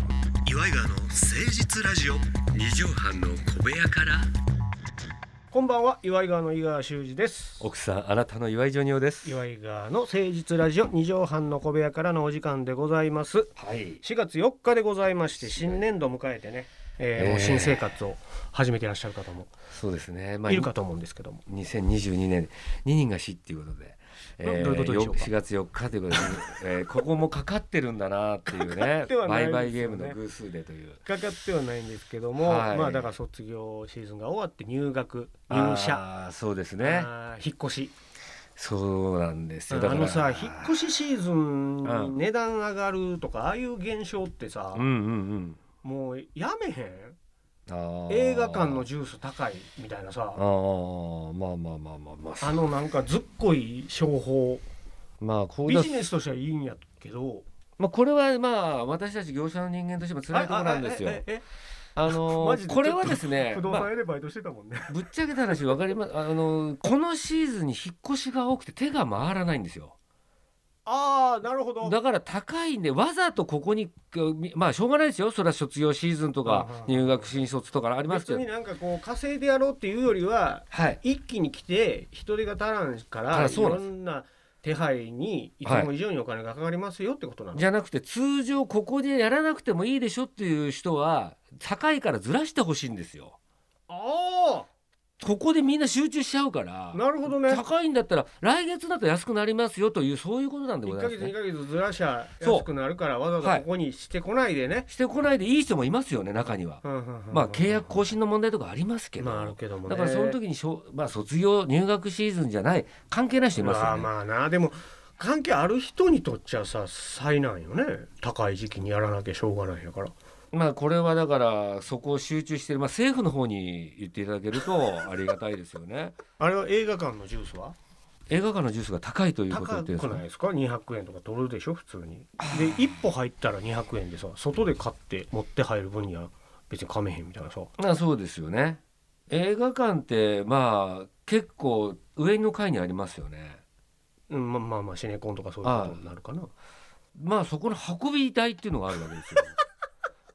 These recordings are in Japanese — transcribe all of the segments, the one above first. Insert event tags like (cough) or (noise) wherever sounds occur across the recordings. イガーの誠実ラジオ二畳半の小部屋からこんばんは岩井川の井川修司です奥さんあなたの岩井ジョニオです岩井川の誠実ラジオ二畳半の小部屋からのお時間でございますはい4月4日でございまして新年度を迎えてね、ええーーもう新生活を始めていらっしゃる方もそうですねまいるかと思うんですけども、 2022年2人が死っていうことで、などういうことでしょうか4月4日というこ (laughs) とで、えーここもかかってるんだなっていうかかねってはなバいイですよねバイゲームの偶数でというかかってはないんですけども、はいまあだから卒業シーズンが終わって入学入社あーそうですねあー引っ越しそうなんですよだあからのさ引っ越しシーズンうにん値段上がるとか、ああいう現象ってさ、うんうんうんもうやめへんあー映画館のジュース高いみたいなさあーまあまあまあまあまああのなんかずっこい商法まあこうビだジネスとしてはいいんやけどまあこれはまあ私たち業者の人間としても辛いところなんですよああええあのマジーでこれはですねえ (laughs) 不動まあ産屋でバイトしてたもんね、ぶっちゃけた話わかりますあのーこのシーズンに引っ越しが多くて手が回らないんですよああなるほどだから高いんでわざとここにみまあしょうがないですよそれは卒業シーズンとかうんうん入学新卒とかありますけど別になんかこう稼いでやろうっていうよりははい一気に来て人手が足らんからあらいそうなんろですんな手配にいつも以上にお金がかかりますよってことなの、じゃなくて通常ここでやらなくてもいいでしょっていう人は高いからずらしてほしいんですよあここでみんな集中しちゃうからあなるほどね高いんだったら来月だと安くなりますよというそういうことなんでご1ざいヶます月ね2ヶ月ずらしゃそう安くなるからわざわざここにしてこないでね、してこないでいい人もいますよね中にはうんうんうんうんまあ契約更新の問題とかありますけど、まああるけどもねだからその時にしょ、まあ、卒業入学シーズンじゃない関係ない人いますまよあね、まあなでも関係ある人にとっちゃさ災難よね高い時期にやらなきゃしょうがないんやからまあこれはだからそこを集中してる、まあ、政府の方に言っていただけるとありがたいですよ (laughs) ねあれは映画館のジュースは映画館のジュースが高いということ高ですくないですか200円とか取るでしょ普通にで一歩入ったら200円でさ外で買って持って入る分には別にかめへんみたいなさまあそうですよね映画館ってまあ結構上の階にありますよねうんまあまあまあシネコンとかそういうことになるかなまあそこの運び台っていうのがあるわけです (laughs) よ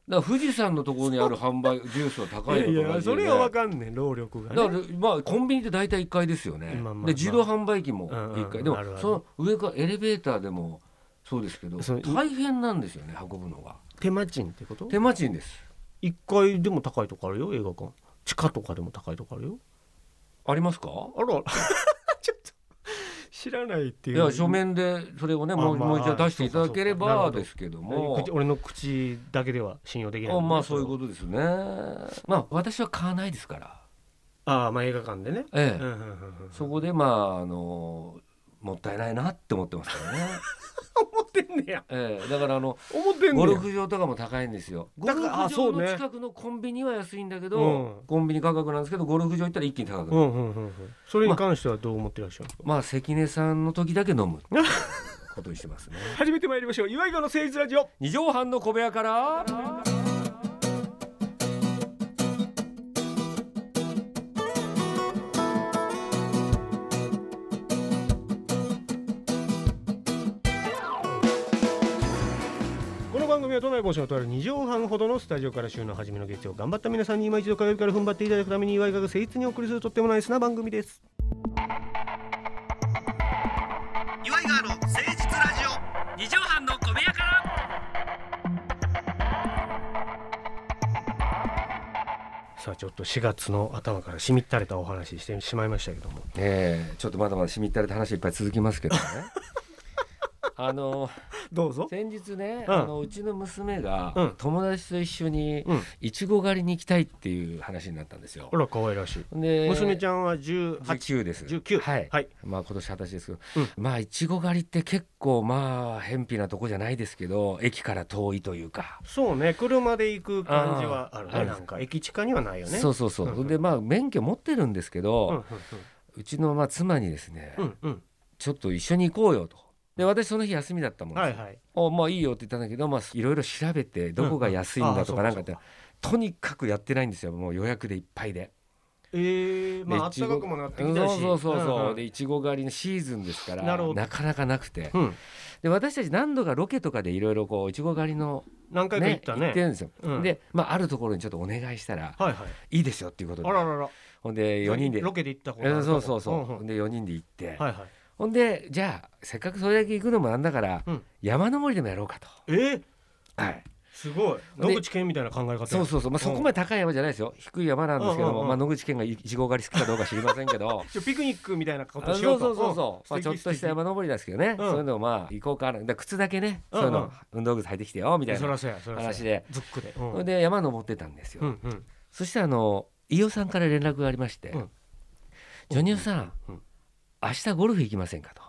だから富士山のところにある販売ジュースは高いのと同じでねかんねん労力がだからまあコンビニって大体1階ですよね、まあまあで自動販売機もうんうん1階、あでるあもるその上からエレベーターでもそうですけどそう大変なんですよね運ぶのが手間賃ってこと手間賃です1階でも高いとこあるよ映画館地下とかでも高いとこあるよありますかあら (laughs) ちょっと知らないっていいうや書面でそれをねもう,、あまあもう一度出していただけれそうかそうかなるばほどですけども口俺の口だけでは信用できないあまあそういうとことですねまあ私は買わないですからああまあ映画館でね、えうんえ、うんうんうん、そこでまああのもったいないなって思ってます (laughs) からね、思ってんねやええ、だからあの思ってんねゴやルフ場とかも高いんですよゴだルかフらあそう場ねの近くのコンビニは安いんだけど、うんコンビニ価格なんですけどゴルフ場行ったら一気に高くなうる、んうんうんうんそれに関してはどう思ってらっしゃるんですか、まあ関根さんの時だけ飲むことにしてますね始めてまいりましょう岩井川の誠実ラジオ二畳半の小部屋からこの番組は都内防止のとある2畳半ほどのスタジオから週の初めの月曜頑張った皆さんに今一度火曜日から踏ん張っていただくために岩井川が誠実にお送りするとってもナイスな番組です岩井川の誠実ラジオ二畳半の小部屋からさあちょっと4月の頭からしみったれたお話してしまいましたけどもええちょっとまだまだしみったれた話いっぱい続きますけ (laughs) どねあのどうぞ先日ね、うんあのうちの娘が、うん友達と一緒にうんいちご狩りに行きたいっていう話になったんですよあ。ら可愛らしいで娘ちゃんは18 19です19はい、はいまあ今年二十歳ですけど、うんまあいちご狩りって結構まあ偏僻なとこじゃないですけど駅から遠いというか、そうね車で行く感じはあるねあーなんか駅地下にはないよねそううそうそう、んうんでまあ免許持ってるんですけんうどん、うちのまあ妻にですね、うんうんちょっと一緒に行こうよとで私その日休みだったもんです、はいはいおまあいいよって言ったんだけどまあいろいろ調べてどこが安いんだとうかんなあーんかって、とにかくやってないんですよもう予約でいっぱいで。えー、まああっでたかくもなってきたしそうそうそうそう、んんでいちご狩りのシーズンですからなるほどなかなかなくて、うんで私たち何度かロケとかでいろいろこういちご狩りの、何回か行ねったねってるんですよ、うんで、まあ、あるところにちょっとお願いしたらはいはいいいですよっていうことであらららほんで4人でロケで行ったことあえるそうそうそう、んんほんで4人で行って、はいはいほんでじゃあせっかくそれだけ行くのもなんだから、うん山登りでもやろうかと。えーはい、すごい野口健みたいな考え方そうそうそう、まあ、そこまで高い山じゃないですよ低い山なんですけども、うんうんうんまあ、野口健がいちご狩り好きかどうか知りませんけどうピクニックみたいなこあとしそよううそとうそうそう、まんあ、ちょっと素し敵た山登りですけどね、うんそういうのをまあ行こうかなだから靴だけね、うんそういうのうん運動靴履いてきてよみたいそらなそやそらそや話で、ズックでうんそれで山登ってたんですよ、うんうんそしてあの飯尾さんから連絡がありまして「うんジョニオさん、うん明日ゴルフ行きませんかと」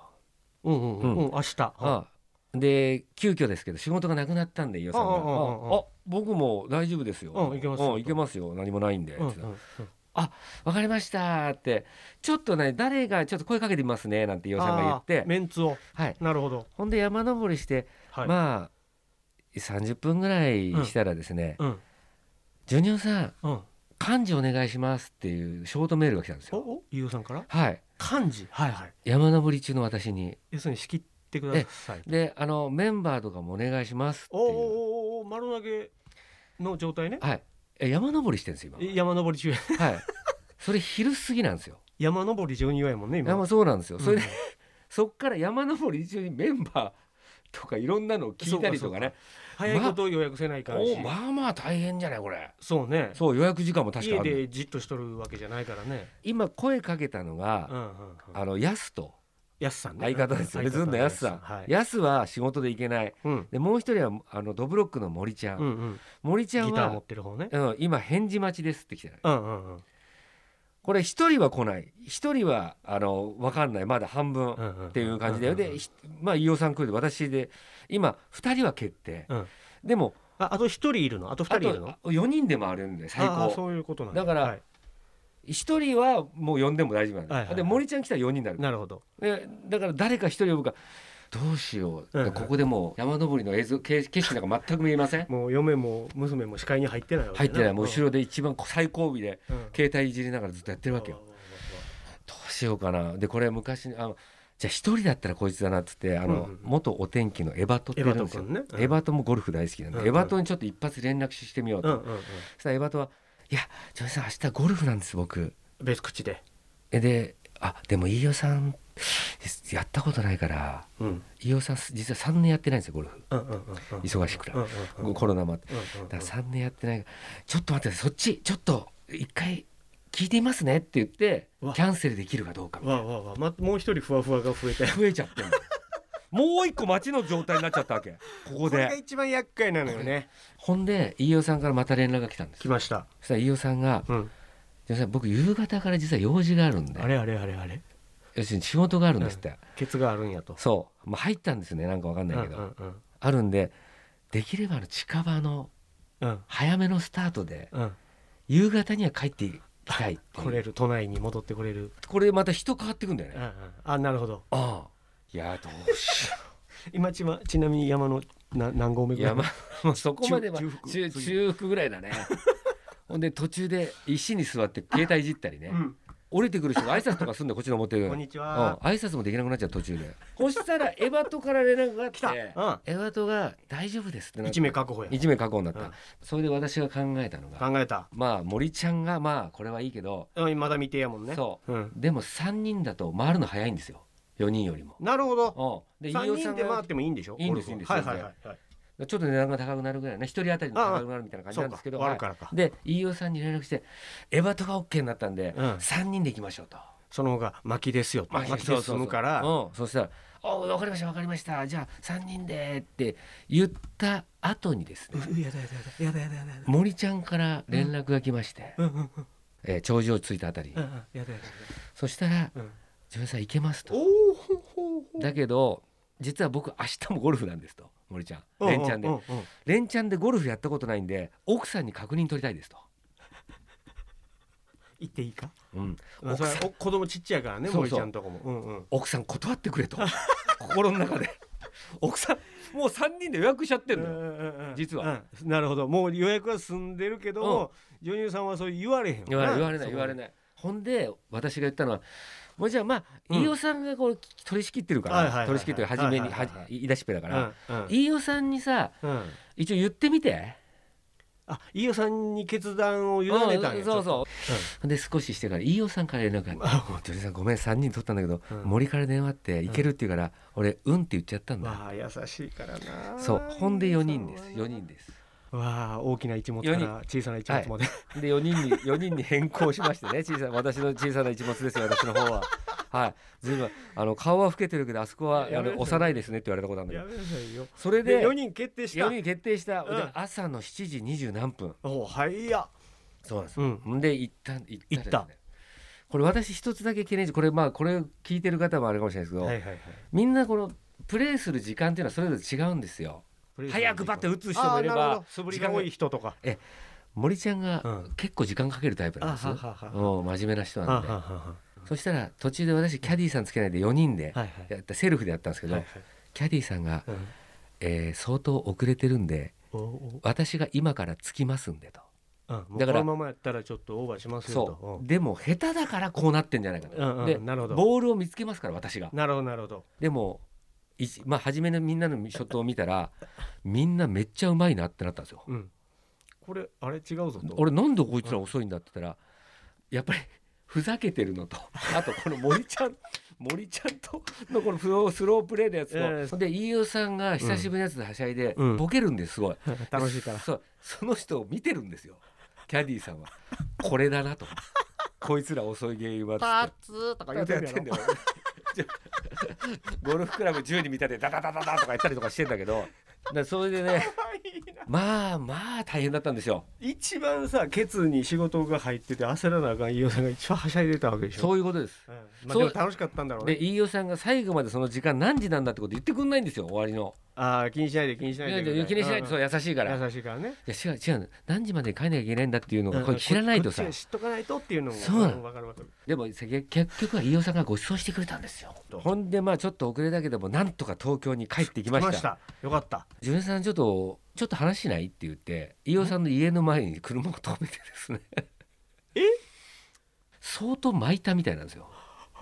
うんうんうんうん明日はああで急遽ですけど仕事がなくなったんで飯尾さんが「うんうんうんうんああ僕も大丈夫ですよ」うん行けますよ行けますよ何もないんで」うんって言ったらうんうんわかりました」って「ちょっとね誰がちょっと声かけてみますね」なんて飯尾さんが言っあーて、メンツをはい、なるほどほんで山登りして、はいまあ30分ぐらいしたらですね「うんジョニオさんうん幹事お願いします」っていうショートメールが来たんですおよ。お飯尾さんからはい漢字はいはい山登り中の私に要するに仕切ってくださ「いであのメンバーとかもお願いします」っておーおーいうおーおー丸投げの状態ねはいえ山登りしてるんです今山登り中 (laughs) はいそれ昼過ぎなんですよ山登り12話やもん (laughs) ね今山そうなんですよ、うんそれでそっから山登り中にメンバーとかいろんなのを聞いたりとかね早いこと予約せないからおし、まあまあ大変じゃないこれそうねそう予約時間も確か家あるでじっとしとるわけじゃないからね今声かけたのうが、んうんうんあのヤスとやすさんね相方ですよね、ずんのヤスさん、はいヤスは仕事で行けないうんでもう一人はあのドブロックの森ちゃん、うんうん森ちギゃタんー持はっ、てる方ねうん、今返事待ちですって来てないうんうんうんこれ一人は来ない一人はあの分かんないまだ半分、うんうんっていう感じで、うんうんうんで、ひまあ、飯尾さん来るで私で今2人は決定、うんでもああと一人いるのあと二あ人いるのと4人で回るんで最あー高そういうことなんだだからはい1人はもう呼んでも大丈夫なんで,、はいはいはいで森ちゃん来たら4人になるなるほどでだから誰か1人呼ぶかどうしよう、うんうんここでもう山登りの映像景景色なんか全く見えませんもう嫁も娘も視界に入ってないわけ入ってないもう後ろろで一番最後尾で携帯いじりながらずっとやってるわけよどうしようかなでこれ昔あのじゃあ1人だったらこいつだなっつってあの、うんうんうん元お天気のエバトっているんですよエバト君ねうんエバトもゴルフ大好きなんで、うんうんエバトにちょっと一発連絡してみようと、うんうんうんそしたらエバトは「いやジョニーさん明日ゴルフなんです僕別口で」えで「あでも飯尾さんやったことないからうん飯尾さん実は3年やってないんですよゴルフうんうんうんうん忙しくて、うんうんうんコロナもあってうんうんうんだから3年やってないからちょっと待ってそっちちょっと一回聞いてみますね」って言ってうわキャンセルできるかどうかみたいなわあわあわあまもう一人ふわふわが増えて (laughs) 増えちゃってんのもう一個待ちの状態になっちゃったわけこここれがで一番厄介なのよねほんで飯尾さんからまた連絡が来たんです来ましたそしたら飯尾さんがうん「飯尾さん僕夕方から実は用事があるんであれあれあれあれ要するに仕事があるんです」って、ケツがあるんやとそう、まあ、入ったんですよねなんかわかんうんなういんけど、うんあるんでできればあの近場のうん早めのスタートでうん夕方には帰っていきたいっていう来れる都内に戻ってこれるこれまた人変わってくんだようね、んうあんあなるほどあいやどうしよ今ちまちなみに山のな何合目ういぐらいやまあもうそこまでは中中腹中中腹ぐらいだねほんで途中で石に座って携帯いじったりね、うん降りてくる人が挨拶とかすんのこっちの思ってるうこんんにちは挨拶もできなくなっちゃう途中でそしたらエバトから連絡があっ来たてうエバトが「大丈夫です」ってんなって一名確保や一名確保になった、うんそれで私が考えたのが考えたまあ森ちゃんがまあこれはいいけど、うんまだ未定やもんねそうんうでも3人だと回るの早いんですよ4人よりも。なるほどうん、で三飯尾さ人んで回がってもいいんでしょいいんですいいんですゴルフはいはいはいはいちょっと値段が高くなるぐらいね1人当たりの高くなるみたいな感じそなうんかですけど終わるからかはいで飯尾さんに連絡して「エバトが OK になったんで、うん3人で行きましょう」と。その方が巻きですよとまあ巻きそうそうでそう進むからうん、そしたら「あ分かりました分かりましたじゃあ3人で」って言った後にですねうやだやだやだやだやだやだ森ちゃんから連絡が来まして、うんうんうんえー頂上着いたあたり、うんうんやだやだやそしたらだうん「自分さん行けます」とおおほ「ほだけど実は僕明日もゴルフなんです」と森ちゃんほ連チャンうんでうんうんうん「連チャンでゴルフやったことないんで奥さんに確認取りたいです」と。行っていいかうん、まあ奥さんそれはお子供ちっちゃいからねそう森そうちゃんとこもうんうん奥さん断ってくれと (laughs) 心の中で奥さんもう3人で予約しちゃってるのよ、実は、うんなるほどもう予約は済んでるけど、女優さんはそう言われへんわ言われ言われないそこ言われないほんで私が言ったのはもうじゃあまあ、うん飯尾さんがこう取り仕切ってるから、はいはいはいはい取り仕切ってる初めはにいははいはい言い出しっぺだから、うんうん飯尾さんにさうん一応言ってみてあ飯尾さんに決断を委ねたんうんやそうそうで少ししてから飯尾さんから連絡があって「ジョニーさんごめん3人取ったんだけど、うん森から電話あって行ける」って言うから、俺「うん」って言っちゃったんだ、まあ優しいからなそうほんで4人です4人ですわあ大きな一物から小さな一物まで、で4人に4人に変更しましてね小さな私の小さな一物ですよ私の方は。はい、ずいぶんあの顔は老けてるけどあそこはやあめなのさい幼いですねって言われたことあるんだ (laughs) やけどめなさいよそれでで4人決定した4人決定した、うんで朝の7時20何分おはいやそうなんですうよ、んん、で行った行った行ったですねこれ私一つだけ懸念してこれまあこれ聞いてる方もあれかもしれないですけど、はいはいはいみんなこのプレーする時間っていうのはそれぞれ違うんですよ早くバッて打つ人もいれあーなるほばど素振りが多い人とか森ちゃんがうん結構時間かけるタイプなんです、あはははうん真面目な人なんでははそしたら途中で私キャディーさんつけないで4人ではいはいやったセルフでやったんですけど、はいキャディーさんが、はいうんえー相当遅れてるんでおお私が今から着きますんでとうんもうだからこのままやったらちょっとオーバーしますよそとうでも下手だからこうなってんじゃないかうんうとんでなるほどボールを見つけますから私がうんなるほどなるほどでもいちまあ初めのみんなのショットを見たらみんなめっちゃうまいなってなったんですようんこれあれ違うぞと俺なんでこいつら遅いんだって言ったらやっぱりふざけてるの (laughs) とあとこの森ちゃん森ちゃんとのこのスロースロープレーのやつと、ええそんで飯尾さんが久しぶりのやつではしゃいで、うんボケるんですすごい楽しいからそうその人を見てるんですよキャディーさんはこれだなとこいつら遅い原因はっつってツとかやってんだよ。 (laughs) ゴルフクラブ銃に見立ててダダダダダとかやったりとかしてんだけどだそれでね (laughs) まあまあ大変だったんですよ一番さケツに仕事が入ってて焦らなあかん飯尾さんが一番はしゃいでたわけでしょそういうことですうんまあ、そうでも楽しかったんだろうでね飯尾さんが最後までその時間何時なんだってこと言ってくんないんですよ終わりのああ気にしないで気にしないいやでいや気にしないとそううん優しいからい優しいからねや違う違うの何時まで帰んなきゃいけないんだっていうのがうんこれ知らないとさこっちが知っとかないとっていうのもそうなのんわかるわかるでもせ結局は飯尾さんがご馳走してくれたんですよほんでまあちょっと遅れたけどもなんとか東京に帰ってきましたよかったジュニアさんちょっとちょっと話しないって言って飯尾さんの家の前に車を止めてですねえ相当巻いたみたいなんですよ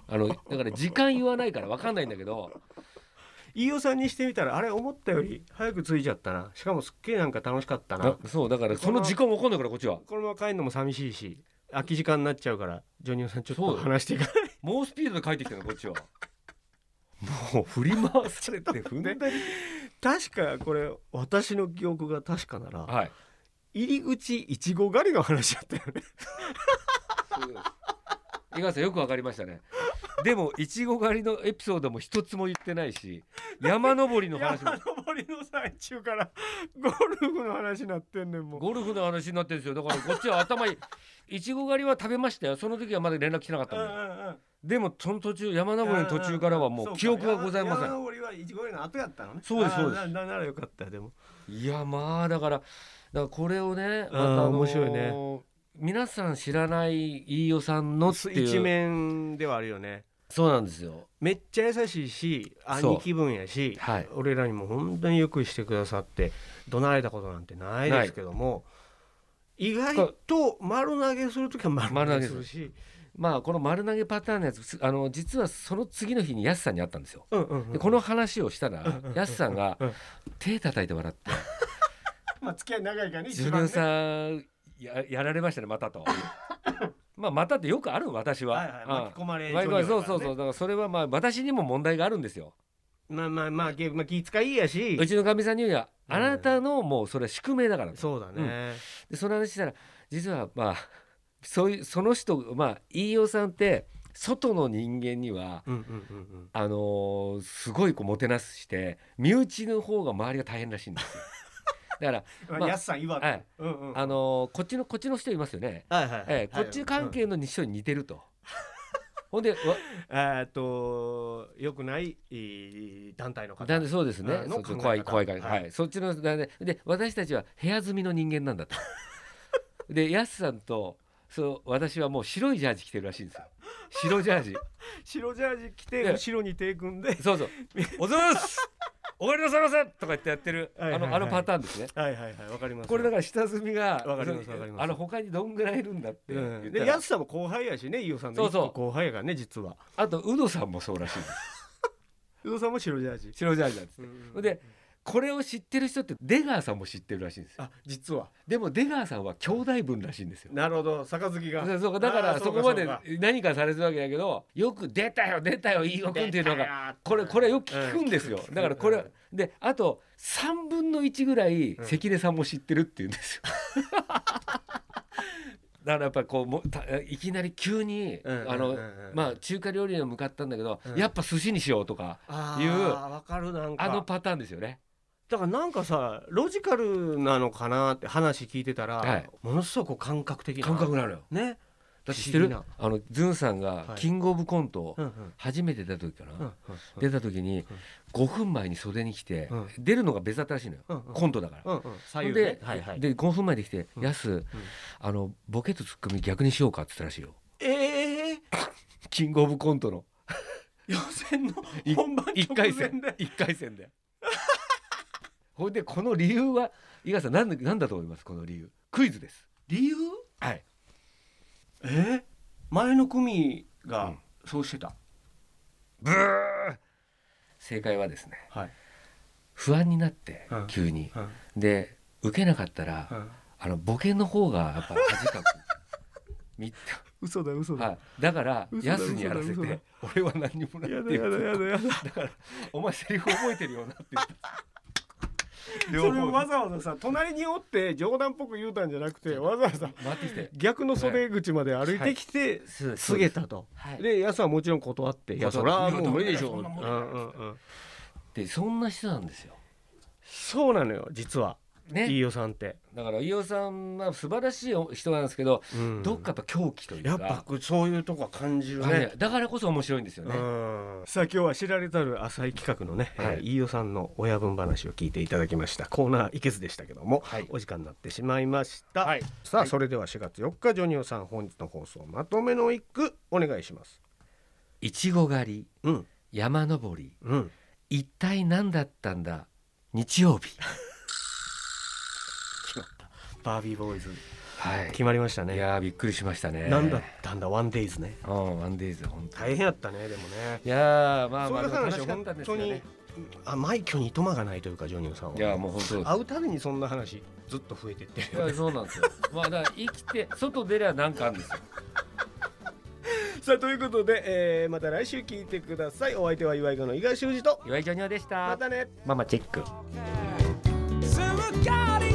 あのだから時間言わないから分かんないんだけど飯尾さんにしてみたらあれ思ったより早く着いちゃったなしかもすっげえなんか楽しかった (laughs) ななそうだからその時間分かんないからこっちはこのまま帰るのも寂しいし空き時間になっちゃうからジョニオさんちょっそとうだ話していかない猛スピードで帰ってきたのこっちはもう振り回されて踏んだり確かこれ私の記憶が確かならはい入り口いちご狩りの話だったよね井川さんよく分かりましたねでもいちご狩りのエピソードも一つも言ってないし山登りの話も山登りの最中からゴルフの話になってんねんもうゴルフの話になってるんですよだからこっちは頭いいいちご狩りは食べましたよその時はまだ連絡来なかったうんんうでんうんでもその途中山登りの途中からはもう記憶がございませ山ん登りはいちご狩りの後やったのねそうですそうですあーななならよかったよでもいやまあだからだからこれをねまた、あー面白いね皆さん知らない飯尾さんのっていう一面ではあるよねそうなんですよめっちゃ優しいしそう兄貴分やし、はい俺らにも本当によくしてくださって怒鳴られたことなんてないですけども意外と丸投げする時は丸投げするしまあこの丸投げパターンのやつすあの実はその次の日にやすさんに会ったんですようんうんうんでこの話をしたらうんうんやすさんがうん手叩いて笑ってまあ付き合い長いからねジュニオさんややられましたねま (laughs) たとまあまたってよくある私は,はあいあ、はい、巻き込まれまあ女優だからねそうそうそうだからそれはまあ私にも問題があるんですよまあまあまあ、まあ、気遣いやしうちのかみさんにはうんあなたのもうそれは宿命だからとそうだね、でその話したら実はまあそういうその人まあ飯尾さんって外の人間にはうん、うんうんあのーすごいこうもてなすして身内の方が周りが大変らしいんですよだかうんまあやすさん言わら、はい、うんうんあのーこっちのこっちの人いますよねはいはいはいええ、こっち関係の人に似てると。ほんで、わえーっと良くないえー団体の方だんでそうですうね。んそのっち考え方怖い怖いから、ははいい、そっちのだんで、で私たちは部屋住みの人間なんだと。で、やすさんと、そう私はもう白いジャージ着てるらしいんですよ。白ジャージ。白ジャージ着てで後ろに手組んで (laughs) そうそう。おはようございます。終わりなさいませとか言ってやってる、はいはいはいあのあのパターンですねはいはいはいわかりますこれだかから下積みがわかりますわかりますあの他にどんぐらいいるんだって言うん、ったでら、安さんも後輩やしね飯尾さんのそうそう一個後輩やからね実はあとウドさんもそうらしいです飯尾さんも白ジャージ、白ジャージなんですうんでこれを知ってる人って出川さんも知ってるらしいんですよあ実はでも出川さんは兄弟分らしいんですよなるほど杯がそうそうだかあーらそそうかこまでそうか何かされてるわけだけどよく「出たよ出たよ飯尾君」っていうのががこれこれよく聞くんですようんだからこうれんであと3分の1ぐらいうん関根さんも知ってるって言うんです (laughs) よだからやっぱりこうもたいきなり急にうんうんうんうんあのまあ中華料理には向かったんだけどうんやっぱ寿司にしようとかあいう分かるなんかあのパターンですよねだからなんかさロジカルなのかなって話聞いてたら、はいものすごく感覚的な感覚なのよねだって知ってる不思あのズンさんはがいキングオブコント議なうん初めて出た時かうんうんな出た時に5分前に袖に来てうん出るのが別だったらしいのようんうんコントだからうんうん左右ねで、はいはいで5分前で来て「んやす、あのボケとツッコミ逆にしようか」って言ったらしいよええキングオブコントの予選のい本番一直回前戦で一回戦で (laughs) ほいでこの理由は井川さんなんでなんだと思いますこの理由クイズです理由はいえー、前の組うがんそうしてた、ブー正解はですねはい、不安になってうん急に、うんで受けなかったら、うん、あのボケの方がやっぱ恥 (laughs) かくみ嘘だ嘘だ、はい、だから嘘だヤスにやらせ嘘だ嘘て俺は何にもないやっだていやだうやだやだお前セリフ覚えてるよなって言った。そ (laughs) 両れを方わざわざさ隣におって冗談っぽく言うたんじゃなくてわざわざ回ってきて。逆の袖口まで歩いてきて、すすげたと、はいでやすはもちろん断って「いやそ断っれてはもう無理でしいょ」うやんそんなうんうんでそんな人なんですよ。そうなのよ実はね。飯尾さんって、だから飯尾さんは素晴らしい人なんですけど、うんどっかやっぱ狂気というか。やっぱそういうとこは感じるはいね、だからこそ面白いんですようね。んさあ今日は知られざる浅い企画のね、はいえー飯尾さんの親分話を聞いていただきましたコーナーいけずでしたけども、はいお時間になってしまいました、はいさあ、はいそれでは4月4日ジョニオさん本日の放送まとめの一句お願いしますいちご狩り、うん山登り、うん一体何だったんだ。日曜日。バービーボーイズはい。決まりましたねいやーびっくりしましたね。なんだったんだ、ワンデイズね。うんワンデイズ本当に。大変やったね、でもね。いやーまあそうまいあう楽話しはかっ本たんです当よに、ね。あ、枚挙にいとまがないというか、ジョニオさんは。いやーもう本当そうです会うたびにそんな話、ずっと増えてっているよね。やそうなんですよ。まあだから生きて外出りゃなんかあるんですよ。さあ、ということで、えーまた来週聞いてください。お相手は岩井川の井川修司と、岩井ジョニオでした。またね。ママチェック。すっかり